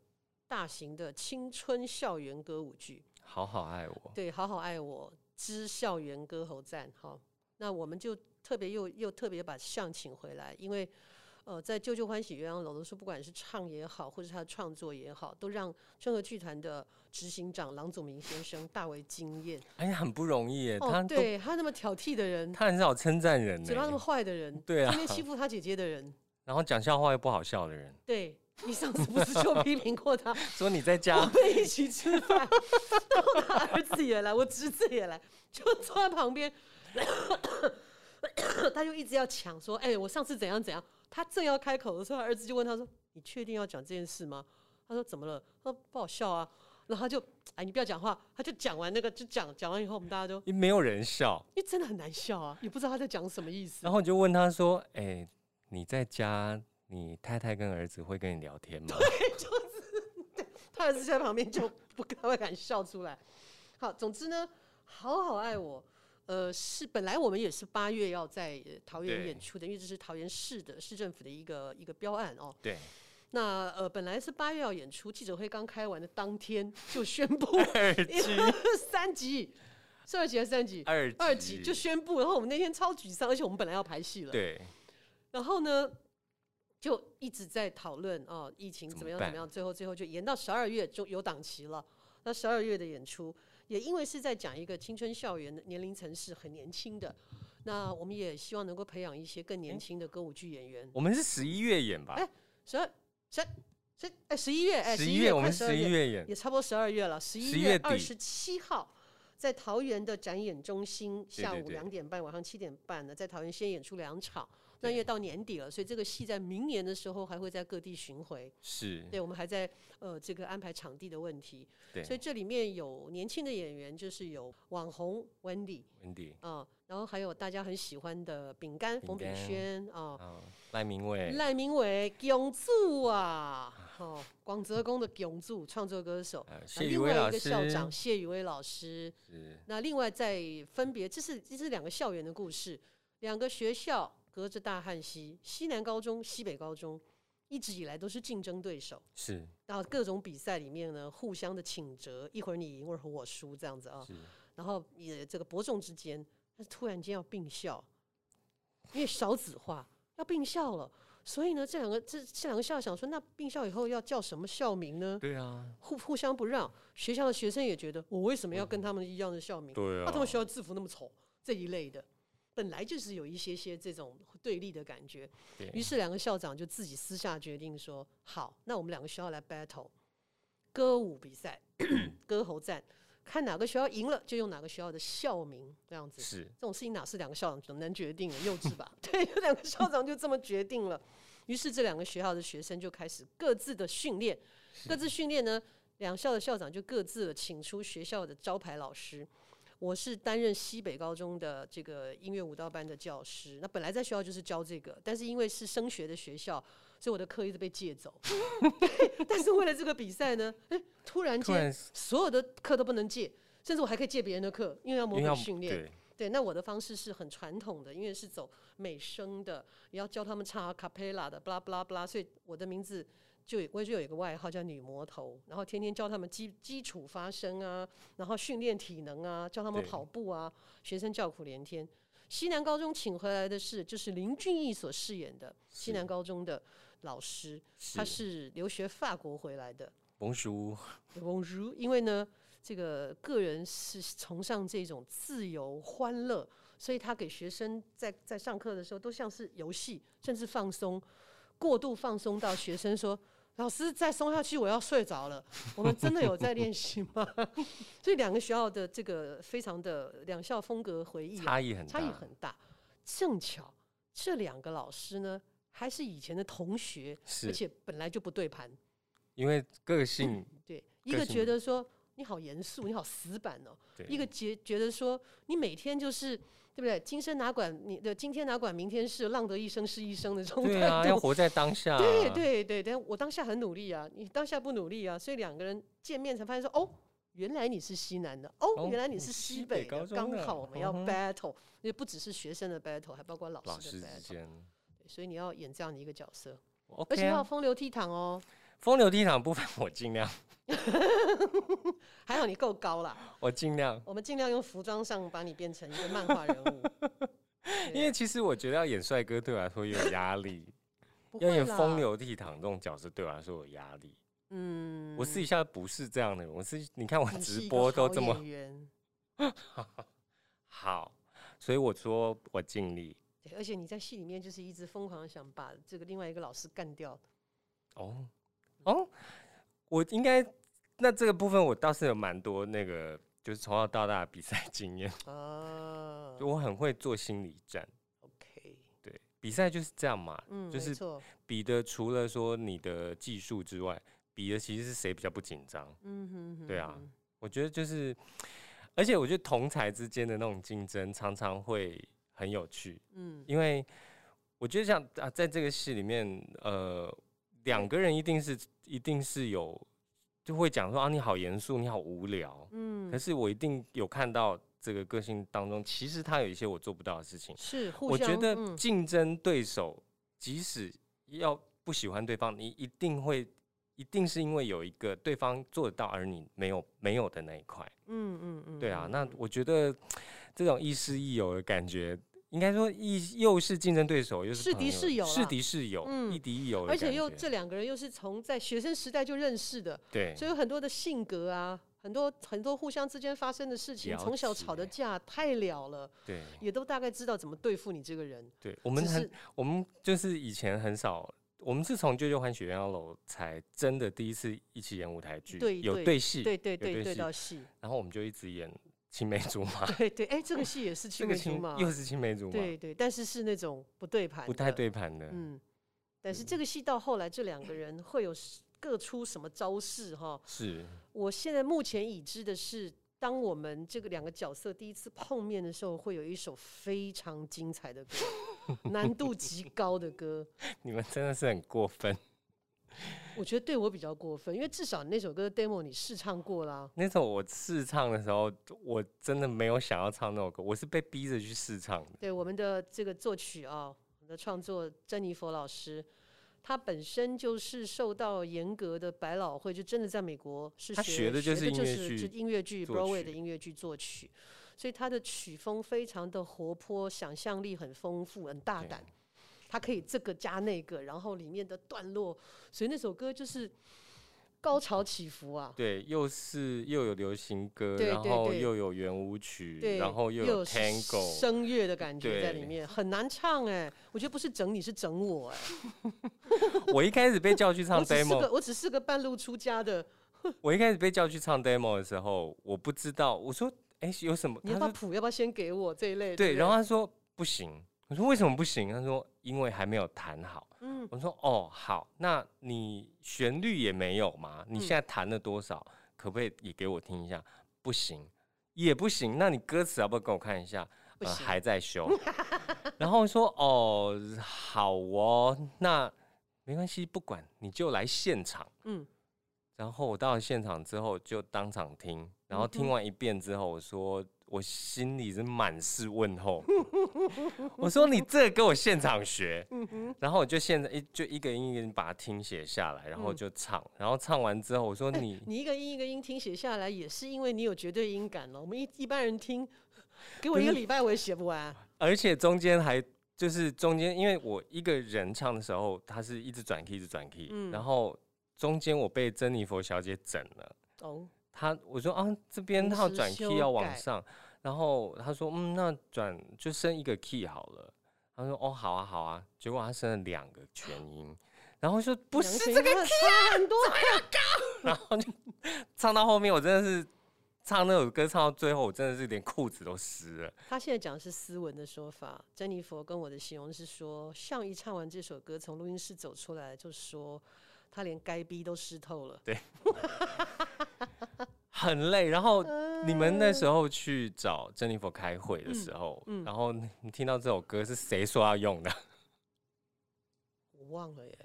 [SPEAKER 1] 大型的青春校园歌舞剧，
[SPEAKER 2] 好好爱我，
[SPEAKER 1] 对，《好好爱我之校园歌喉战》好，那我们就特别又又特别把向请回来，因为呃，在《旧旧欢喜鸳鸯楼》的时候，不管是唱也好，或者是他的创作也好，都让春和剧团的执行长郎祖明先生大为惊艳。
[SPEAKER 2] 哎呀，很不容易耶，他
[SPEAKER 1] 哦，
[SPEAKER 2] 都
[SPEAKER 1] 对他那么挑剔的人，
[SPEAKER 2] 他很少称赞人
[SPEAKER 1] 嘴巴那么
[SPEAKER 2] 呢，
[SPEAKER 1] 坏的人，
[SPEAKER 2] 对啊
[SPEAKER 1] 天，天欺负他姐姐的人，
[SPEAKER 2] 然后讲笑话又不好笑的人，
[SPEAKER 1] 对。你上次不是就 批评过他？
[SPEAKER 2] 说你在
[SPEAKER 1] 我
[SPEAKER 2] 家，
[SPEAKER 1] 们一起吃饭，然后他儿子也来，我侄子也来，就坐在旁边， 他就一直要抢说：“哎、我上次怎样怎样。”他正要开口的时候，他儿子就问他说：“你确定要讲这件事吗？”他说：“怎么了？”他说：“不好笑啊。”然后他就：“哎，你不要讲话。”他就讲完那个，就讲讲完以后，我们大家就，因
[SPEAKER 2] 也没有 人笑，
[SPEAKER 1] 为真的很难笑啊，也不知道他在讲什么意思
[SPEAKER 2] 然。后我就问他说，哎，你在家，你太太跟儿子会跟你聊天吗？
[SPEAKER 1] 他儿子在旁边就不太会敢笑出来。好，总之呢，好好爱我。呃，是本来我们也是八月要在呃桃园
[SPEAKER 2] 对
[SPEAKER 1] 演出的，因为这是桃园市的市政府的一个一个标案哦。
[SPEAKER 2] 对，
[SPEAKER 1] 那呃，本来是八月要演出，记者会刚开完的当天就宣布
[SPEAKER 2] 二级，
[SPEAKER 1] 三级，是二级还是三级？
[SPEAKER 2] 二
[SPEAKER 1] 二级就宣布，然后我们那天超沮丧，而且我们本来要排戏了，
[SPEAKER 2] 对，
[SPEAKER 1] 然后呢，就一直在讨论哦，疫情
[SPEAKER 2] 怎
[SPEAKER 1] 怎
[SPEAKER 2] 么
[SPEAKER 1] 么样怎
[SPEAKER 2] 办
[SPEAKER 1] 么样，最后最后就延到十二月就有档期了。那十二月的演出，也因为是在讲一个青春校园的年龄层是很年轻的，那我们也希望能够培养一些更年轻的歌舞剧演员。
[SPEAKER 2] 我们是十一月演吧
[SPEAKER 1] 哎，十二十十哎十一月哎
[SPEAKER 2] 十
[SPEAKER 1] 一
[SPEAKER 2] 一月我
[SPEAKER 1] 快
[SPEAKER 2] 们
[SPEAKER 1] 十二
[SPEAKER 2] 十一
[SPEAKER 1] 月
[SPEAKER 2] 月演，
[SPEAKER 1] 也差不多十二月了，十
[SPEAKER 2] 11
[SPEAKER 1] 一
[SPEAKER 2] 月
[SPEAKER 1] 月
[SPEAKER 2] 底
[SPEAKER 1] 二十七号。在桃园的展演中心，
[SPEAKER 2] 对
[SPEAKER 1] 下
[SPEAKER 2] 对
[SPEAKER 1] 午
[SPEAKER 2] 对
[SPEAKER 1] 两点半，晚上七点半呢，在桃园先演出两场。那因为到年底了，所以这个戏在明年的时候还会在各地巡回。
[SPEAKER 2] 是，
[SPEAKER 1] 对，我们还在呃这个安排场地的问题，
[SPEAKER 2] 对
[SPEAKER 1] 所以这里面有年轻的演员，就是有网红 Wendy
[SPEAKER 2] ，Wendy，
[SPEAKER 1] 啊、然后还有大家很喜欢的饼干
[SPEAKER 2] 饼
[SPEAKER 1] 冯炳
[SPEAKER 2] 干
[SPEAKER 1] 轩啊、
[SPEAKER 2] 啊，赖明伟，
[SPEAKER 1] 赖明伟永柱啊，哦，广泽宫的永柱创作歌手。
[SPEAKER 2] 呃，
[SPEAKER 1] 那
[SPEAKER 2] 谢宇
[SPEAKER 1] 啊另
[SPEAKER 2] 威
[SPEAKER 1] 外
[SPEAKER 2] 老
[SPEAKER 1] 一
[SPEAKER 2] 师
[SPEAKER 1] 个校长谢宇威老师，
[SPEAKER 2] 是
[SPEAKER 1] 那另外再分别，这是这是两个校园的故事，两个学校隔着大汉溪，西南高中、西北高中一直以来都是竞争对手，
[SPEAKER 2] 是
[SPEAKER 1] 然后各种比赛里面呢，互相的请折，一会儿你赢，一会儿我输这样子啊，
[SPEAKER 2] 是，
[SPEAKER 1] 然后也这个伯仲之间，但是突然间要并校，因为少子化要并校了，所以呢，这两个这这两个校想说，那并校以后要叫什么校名呢？
[SPEAKER 2] 对啊，
[SPEAKER 1] 互互相不让，学校的学生也觉得我为什么要跟他们一样的校名？
[SPEAKER 2] 嗯对
[SPEAKER 1] 啊，他们学校制服那么丑这一类的，本来就是有一些些这种对立的感觉。
[SPEAKER 2] 对
[SPEAKER 1] 于是两个校长就自己私下决定说，好，那我们两个学校来 battle 歌舞比 赛、歌喉战，看哪个学校赢了就用哪个学校的校名这样子。
[SPEAKER 2] 是
[SPEAKER 1] 这种事情哪是两个校长能决定的？幼稚吧？ 对，有两个校长就这么决定了。于是这两个学校的学生就开始各自的训练，各自训练呢，两校的校长就各自了请出学校的招牌老师。我是担任西北高中的这个音乐舞蹈班的教师，那本来在学校就是教这个，但是因为是升学的学校，所以我的课一直被借走。 对但是为了这个比赛呢，哎，突然
[SPEAKER 2] 突
[SPEAKER 1] 间
[SPEAKER 2] 然
[SPEAKER 1] 所有的课都不能借，甚至我还可以借别人的课，因为要模
[SPEAKER 2] 因为要
[SPEAKER 1] 拟训练。
[SPEAKER 2] 对
[SPEAKER 1] 对，那我的方式是很传统的，因为是走美声的，也要教他们唱 a cappella 的，巴拉巴拉巴拉，所以我的名字就有我就有一个外号叫女魔头，然后天天教他们基基础发声啊，然后训练体能啊，教他们
[SPEAKER 2] 对
[SPEAKER 1] 跑步啊，学生叫苦连天。西南高中请回来的是就是林俊逸所饰演的西
[SPEAKER 2] 是
[SPEAKER 1] 南高中的老师，他
[SPEAKER 2] 是
[SPEAKER 1] 是留学法国回来的，
[SPEAKER 2] 冯叔
[SPEAKER 1] 翁如，因为呢，这个个人是崇尚这种自由欢乐，所以他给学生在在上课的时候都像是游戏，甚至放松，过度放松到学生说。老师再松下去，我要睡着了。我们真的有在练习吗？ 所以两个学校的这个非常的两校风格回忆、啊，
[SPEAKER 2] 差异很大，
[SPEAKER 1] 差异很大。正巧这两个老师呢，还是以前的同学，而
[SPEAKER 2] 是
[SPEAKER 1] 且嗯本来就不对盘。
[SPEAKER 2] 因为个性
[SPEAKER 1] 对，一
[SPEAKER 2] 个
[SPEAKER 1] 个
[SPEAKER 2] 性
[SPEAKER 1] 觉得说你好严肃，你好死板哦；
[SPEAKER 2] 对
[SPEAKER 1] 一个觉觉得说你每天就是对不对？今生哪管你的今天哪管明天事，浪得一生是一生的这种
[SPEAKER 2] 对
[SPEAKER 1] 态
[SPEAKER 2] 啊，要啊
[SPEAKER 1] 度。
[SPEAKER 2] 活在当 下，
[SPEAKER 1] 对，对对，但我当下很努力啊，你当下不努力啊，所以两个人见面才发现说，哦，原来你是西南的，
[SPEAKER 2] 哦
[SPEAKER 1] 哦，原来你是
[SPEAKER 2] 你
[SPEAKER 1] 西
[SPEAKER 2] 西北
[SPEAKER 1] 北的，
[SPEAKER 2] 高中
[SPEAKER 1] 刚
[SPEAKER 2] 的
[SPEAKER 1] 好我们要
[SPEAKER 2] 嗯哼
[SPEAKER 1] battle，也不只是学生的 battle，还包括老
[SPEAKER 2] 老
[SPEAKER 1] 师
[SPEAKER 2] 师
[SPEAKER 1] 的
[SPEAKER 2] 之
[SPEAKER 1] battle。
[SPEAKER 2] 间
[SPEAKER 1] 所以你要演这样的一个角色，而
[SPEAKER 2] OK，
[SPEAKER 1] 且要
[SPEAKER 2] 啊
[SPEAKER 1] 风流倜傥哦。
[SPEAKER 2] 风流倜傥的部分我尽量，
[SPEAKER 1] 还好你够高啦，
[SPEAKER 2] 我 尽量，，
[SPEAKER 1] 我们尽量用服装上把你变成一个漫画人物
[SPEAKER 2] 因为其实我觉得要演帅哥对我来说有压力，
[SPEAKER 1] 对
[SPEAKER 2] 要演风，
[SPEAKER 1] 不会啦
[SPEAKER 2] 流倜傥这种角色对我来说有压力。
[SPEAKER 1] 嗯
[SPEAKER 2] 我私底下不是这样的人，我是你看我
[SPEAKER 1] 你是
[SPEAKER 2] 直
[SPEAKER 1] 一个
[SPEAKER 2] 播都
[SPEAKER 1] 好
[SPEAKER 2] 这么
[SPEAKER 1] 演员
[SPEAKER 2] 好，所以我说我尽力。
[SPEAKER 1] 对而且你在戏里面就是一直疯狂地想把这个另外一个老师干掉，
[SPEAKER 2] 哦哦，我应该那这个部分我倒是有蛮多那个，就是从小到大的比赛经验，
[SPEAKER 1] 啊
[SPEAKER 2] 就我很会做心理战。
[SPEAKER 1] ，OK，
[SPEAKER 2] 对，比赛就是这样嘛，
[SPEAKER 1] 嗯，
[SPEAKER 2] 就
[SPEAKER 1] 没
[SPEAKER 2] 是
[SPEAKER 1] 错，
[SPEAKER 2] 比的除了说你的技术之外，比的其实是谁比较不紧张。
[SPEAKER 1] 嗯哼哼，
[SPEAKER 2] 对啊
[SPEAKER 1] 哼
[SPEAKER 2] 我觉得就是，而且我觉得同才之间的那种竞争常常会很有趣，
[SPEAKER 1] 嗯，
[SPEAKER 2] 因为我觉得像啊，在这个戏里面，呃，两个人一定是一定是有就会讲说啊，你好严肃，你好无聊。
[SPEAKER 1] 嗯
[SPEAKER 2] 可是我一定有看到这个个性当中，其实他有一些我做不到的事情。
[SPEAKER 1] 是互
[SPEAKER 2] 我
[SPEAKER 1] 相，
[SPEAKER 2] 觉得
[SPEAKER 1] 嗯
[SPEAKER 2] 竞争对手，即使要不喜欢对方，你一定会，一定是因为有一个对方做得到，而你没有没有的那一块。
[SPEAKER 1] 嗯嗯嗯，
[SPEAKER 2] 对啊，
[SPEAKER 1] 嗯
[SPEAKER 2] 那我觉得这种亦师亦友的感觉，应该说亦又是竞争对手，又是
[SPEAKER 1] 是敌
[SPEAKER 2] 朋
[SPEAKER 1] 是友
[SPEAKER 2] 是
[SPEAKER 1] 啦
[SPEAKER 2] 敌是友，
[SPEAKER 1] 嗯
[SPEAKER 2] 亦敌亦友的
[SPEAKER 1] 而
[SPEAKER 2] 感觉，
[SPEAKER 1] 且又这两个人又是从在学生时代就认识的，
[SPEAKER 2] 对
[SPEAKER 1] 所以有很多的性格啊，很多很多互相之间发生的事情，
[SPEAKER 2] 了
[SPEAKER 1] 从小吵的
[SPEAKER 2] 解
[SPEAKER 1] 架太了了，
[SPEAKER 2] 对
[SPEAKER 1] 也都大概知道怎么对付你这个人。
[SPEAKER 2] 对，我们
[SPEAKER 1] 只
[SPEAKER 2] 很
[SPEAKER 1] 是
[SPEAKER 2] 我们就是以前很少。我们是从《舅舅换雪样楼》才真的第一次一起演舞台剧，
[SPEAKER 1] 对
[SPEAKER 2] 有
[SPEAKER 1] 对
[SPEAKER 2] 对戏，
[SPEAKER 1] 对对
[SPEAKER 2] 对
[SPEAKER 1] 对对
[SPEAKER 2] 戏
[SPEAKER 1] 到戏，
[SPEAKER 2] 然后我们就一直演青梅竹马，
[SPEAKER 1] 对对，哎，这个戏也是
[SPEAKER 2] 这
[SPEAKER 1] 青
[SPEAKER 2] 个
[SPEAKER 1] 梅竹
[SPEAKER 2] 青
[SPEAKER 1] 马，
[SPEAKER 2] 又是青梅竹马，
[SPEAKER 1] 对对，但是是那种不对盘，
[SPEAKER 2] 不太，对盘的。
[SPEAKER 1] 嗯。但是这个戏到后来，这两个人会有各出什么招式哈？
[SPEAKER 2] 是，
[SPEAKER 1] 我现在目前已知的是，当我们这个两个角色第一次碰面的时候，会有一首非常精彩 的歌，难度极高的歌。
[SPEAKER 2] 你们真的是很过分。
[SPEAKER 1] 我觉得对我比较过分，因为至少那首歌 demo 你试唱过啦。
[SPEAKER 2] 那时候我试唱的时候，我真的没有想要唱那首歌，我是被逼着去试唱的。
[SPEAKER 1] 对我们的这个作曲啊，我们的创作珍妮佛老师，她本身就是受到严格的百老汇，就真的在美国是
[SPEAKER 2] 她学
[SPEAKER 1] 学
[SPEAKER 2] 的就
[SPEAKER 1] 学
[SPEAKER 2] 是音乐剧
[SPEAKER 1] 就音乐剧
[SPEAKER 2] 作
[SPEAKER 1] Broadway
[SPEAKER 2] 曲
[SPEAKER 1] 的音乐剧作曲，所以她的曲风非常的活泼，想象力很丰富，很大
[SPEAKER 2] 对
[SPEAKER 1] 胆。她可以这个加那个，然后里面的段落，所以那首歌就是高潮起伏啊。
[SPEAKER 2] 对，又是又有流行歌，
[SPEAKER 1] 对
[SPEAKER 2] 然
[SPEAKER 1] 对
[SPEAKER 2] 后
[SPEAKER 1] 对
[SPEAKER 2] 又有圆舞曲，
[SPEAKER 1] 对，
[SPEAKER 2] 嗯然后又有
[SPEAKER 1] 有
[SPEAKER 2] tango，
[SPEAKER 1] 声乐的感觉在里
[SPEAKER 2] 对
[SPEAKER 1] 面，很难唱哎、我觉得不是整你，是整我哎、
[SPEAKER 2] 我一开始被叫去 唱
[SPEAKER 1] 我只是
[SPEAKER 2] demo，
[SPEAKER 1] 个我只是个半路出家的，
[SPEAKER 2] 我一开始被叫去唱 demo 的时候，我不知道，我说，哎、有什么？
[SPEAKER 1] 你要
[SPEAKER 2] 他
[SPEAKER 1] 把
[SPEAKER 2] 说
[SPEAKER 1] 谱要不要先给我这一类？
[SPEAKER 2] 对，
[SPEAKER 1] 不
[SPEAKER 2] 然后他说不行，我说为什么不行？他说因为还没有弹好。
[SPEAKER 1] 嗯，
[SPEAKER 2] 我说哦好，那你旋律也没有吗？你
[SPEAKER 1] 嗯
[SPEAKER 2] 现在弹了多少？可不可以也给我听一下？不行，也不行。那你歌词要不要给我看一下？
[SPEAKER 1] 不
[SPEAKER 2] 呃，
[SPEAKER 1] 行
[SPEAKER 2] 还 在修。然后说哦好哦，那没关系，不管你就来现场。
[SPEAKER 1] 嗯，
[SPEAKER 2] 然后我到了现场之后就当场听，
[SPEAKER 1] 嗯
[SPEAKER 2] 然后听完一遍之后，我说我心里是满是问候。 我说你这个给我现场学，
[SPEAKER 1] 嗯
[SPEAKER 2] 然后我就现在一就一个音一个音把它听写下来，然后
[SPEAKER 1] 嗯哎
[SPEAKER 2] 就唱，然后唱完之后我说你
[SPEAKER 1] 你一个音一个音听写下来，也是因为你有绝对音感了。我们一一般人听，给我
[SPEAKER 2] 不
[SPEAKER 1] 一个
[SPEAKER 2] 是
[SPEAKER 1] 礼拜我也写不完。
[SPEAKER 2] 而且中间还就是中间，因为我一个人唱的时候，他是一直转 key，一直转 key，、
[SPEAKER 1] 嗯
[SPEAKER 2] 然后中间我被珍妮佛小姐整了，
[SPEAKER 1] 哦，
[SPEAKER 2] 她我说啊这边
[SPEAKER 1] 临
[SPEAKER 2] 她要
[SPEAKER 1] 时
[SPEAKER 2] 转
[SPEAKER 1] 修
[SPEAKER 2] key 要往
[SPEAKER 1] 改
[SPEAKER 2] 上，然后她说嗯那转就升一个 key 好了，她说哦好啊好啊，结果她升了两个全音，然后我说不
[SPEAKER 1] 两
[SPEAKER 2] 是
[SPEAKER 1] 声
[SPEAKER 2] 这个
[SPEAKER 1] 音真的
[SPEAKER 2] 啊
[SPEAKER 1] 啊差很多。啊
[SPEAKER 2] 然后就唱到后面，我真的是唱那首歌唱到最后，我真的是连裤子都湿了。
[SPEAKER 1] 他现在讲的是斯文的说法，珍妮佛跟我的形容是说，像一唱完这首歌，从录音室走出来就说，他连该逼都湿透了。
[SPEAKER 2] 很累，然后 你们那时候去找珍妮佛开会的时候，
[SPEAKER 1] 嗯嗯
[SPEAKER 2] 然后你听到这首歌是谁说要用的？
[SPEAKER 1] 我忘了耶，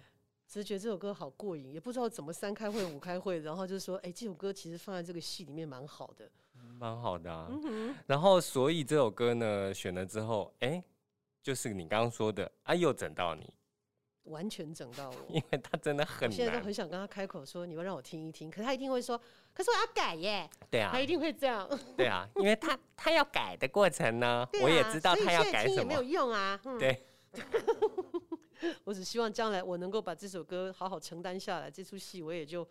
[SPEAKER 1] 只是觉得这首歌好过瘾，也不知道怎么三开会五开会，然后就说，哎、这首歌其实放在这个戏里面蛮好的。嗯
[SPEAKER 2] 蛮好的啊。然后所以这首歌呢选了之后，哎、就是你刚刚说的啊，又整到你，
[SPEAKER 1] 完全整到 我。
[SPEAKER 2] 因为他真的
[SPEAKER 1] 我
[SPEAKER 2] 很
[SPEAKER 1] 现在都
[SPEAKER 2] 难
[SPEAKER 1] 很。想跟他开口说，你们让我听一听，可是他一定会说，可是我要改耶，
[SPEAKER 2] 对啊
[SPEAKER 1] 他，一定会这样。
[SPEAKER 2] 对啊，因为他他要改的过程呢，
[SPEAKER 1] 对啊
[SPEAKER 2] 我也知道
[SPEAKER 1] 所以
[SPEAKER 2] 他要
[SPEAKER 1] 现在
[SPEAKER 2] 改
[SPEAKER 1] 听
[SPEAKER 2] 什
[SPEAKER 1] 也没有
[SPEAKER 2] 么。
[SPEAKER 1] 用啊。 嗯
[SPEAKER 2] 对，
[SPEAKER 1] 我只希望将来我能够把这首歌好好承担下来，这出戏我也就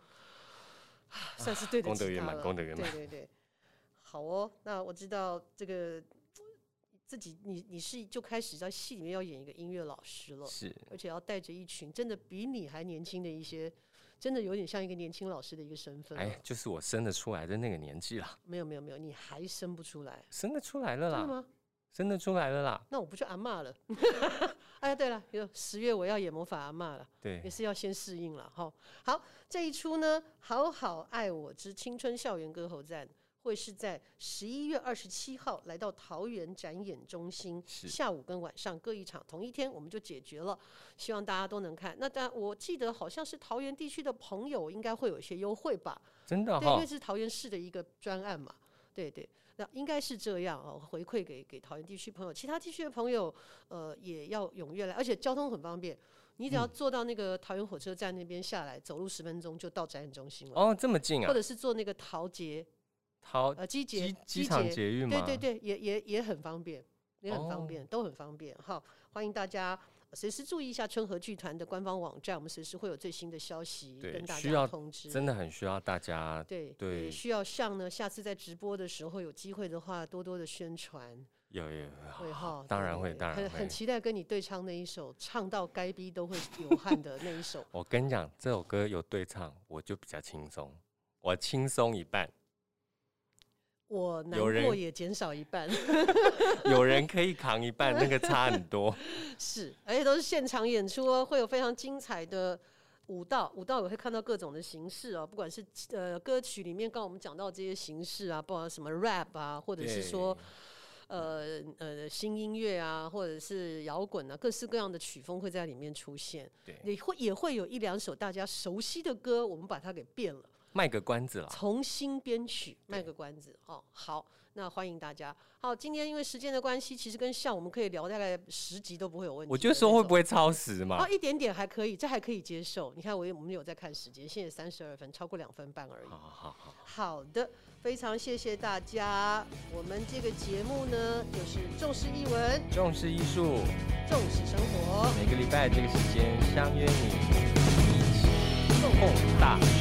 [SPEAKER 1] 啊算是对得
[SPEAKER 2] 功德
[SPEAKER 1] 起
[SPEAKER 2] 圆
[SPEAKER 1] 他
[SPEAKER 2] 满
[SPEAKER 1] 了。
[SPEAKER 2] 功德圆满
[SPEAKER 1] 对对对，好哦。那我知道这个自己，你你是就开始在戏里面要演一个音乐老师了，
[SPEAKER 2] 是
[SPEAKER 1] 而且要带着一群真的比你还年轻的一些，真的有点像一个年轻老师的一个身份了。
[SPEAKER 2] 哎，就是我生得出来的那个年纪啦，
[SPEAKER 1] 没有没有没有，你还生不出来，
[SPEAKER 2] 生得出来
[SPEAKER 1] 真
[SPEAKER 2] 了
[SPEAKER 1] 的
[SPEAKER 2] 啦，
[SPEAKER 1] 吗？
[SPEAKER 2] 生得出来了啦。
[SPEAKER 1] 那我不去阿嬷了。 哎呀，对了，有十月我要演魔法阿嬷了。也
[SPEAKER 2] 对，
[SPEAKER 1] 是要先适应了哈。好，这一出呢，《好好爱我之青春校园歌喉战》会是在十一月二十七号来到桃园展演中心，
[SPEAKER 2] 是
[SPEAKER 1] 下午跟晚上各一场，同一天我们就解决了。希望大家都能看。那当然，我记得好像是桃园地区的朋友应该会有一些优惠吧？
[SPEAKER 2] 真的
[SPEAKER 1] 对，因
[SPEAKER 2] 哈
[SPEAKER 1] 为，是桃园市的一个专案嘛，对对，那应该是这样哦，回馈给给桃园地区朋友，其他地区的朋友，呃，也要踊跃来，而且交通很方便，你只要
[SPEAKER 2] 嗯
[SPEAKER 1] 坐到那个桃园火车站那边下来，走路十分钟就到展演中心了，
[SPEAKER 2] 哦，这么近
[SPEAKER 1] 或
[SPEAKER 2] 啊，
[SPEAKER 1] 者是坐那个桃捷
[SPEAKER 2] 桃
[SPEAKER 1] 呃机捷
[SPEAKER 2] 机机场
[SPEAKER 1] 捷，
[SPEAKER 2] 捷运
[SPEAKER 1] 对
[SPEAKER 2] 吗？
[SPEAKER 1] 对对，也也也很方便，也很
[SPEAKER 2] 哦
[SPEAKER 1] 方便，都很方便哈，欢迎大家。随时注意一下春和剧团的官方网站，我们随时会有最新的消息
[SPEAKER 2] 对
[SPEAKER 1] 跟大
[SPEAKER 2] 需要
[SPEAKER 1] 家通知。
[SPEAKER 2] 真的很需要大家
[SPEAKER 1] 对
[SPEAKER 2] 对
[SPEAKER 1] 也需要像呢，下次在直播的时候有机会的话，多多的宣传，
[SPEAKER 2] 有有有
[SPEAKER 1] 会哈。
[SPEAKER 2] 啊当
[SPEAKER 1] 对
[SPEAKER 2] 然
[SPEAKER 1] 对
[SPEAKER 2] 会
[SPEAKER 1] 对
[SPEAKER 2] 当然
[SPEAKER 1] 很
[SPEAKER 2] 会。
[SPEAKER 1] 很期待跟你对唱那一首，唱到该逼都会流汗的那一首
[SPEAKER 2] 我跟你讲，这首歌有对唱，我就比较轻松，我轻松一半。
[SPEAKER 1] 我难
[SPEAKER 2] 有人
[SPEAKER 1] 过也减少一 半，
[SPEAKER 2] 有人可以扛一半，那个差很多。
[SPEAKER 1] 是，而且都是现场演出哦，会有非常精彩的。舞蹈，舞蹈也会看到各种的形式哦，不管是呃歌曲里面刚刚我们讲到这些形式啊，不管什么 rap 啊， 或者是说呃呃新音乐啊，或者是摇滚啊，各式各样的曲风会在里面出现。
[SPEAKER 2] 对对
[SPEAKER 1] 也会也会有一两首大家熟悉的歌，我们把它给变了，
[SPEAKER 2] 卖个关子啦，
[SPEAKER 1] 重新编曲，
[SPEAKER 2] 啊对
[SPEAKER 1] 卖个关子哦。好，那欢迎大家。好，今天因为时间的关系，其实跟像我们可以聊大概十集都不会有问题。
[SPEAKER 2] 我就说会不。会超时嘛
[SPEAKER 1] 哦，？一点点还可以，这还可以接受。你看我，也我们有在看时间，现在三十二分，超过两分半而已
[SPEAKER 2] 好。好好好，
[SPEAKER 1] 好的，非常谢谢大家。我们这个节目呢，就是重视译文，
[SPEAKER 2] 重视艺术，
[SPEAKER 1] 重视生活，
[SPEAKER 2] 每个礼拜这个时间相约你一起
[SPEAKER 1] 共
[SPEAKER 2] 共大
[SPEAKER 1] 哦
[SPEAKER 2] 事。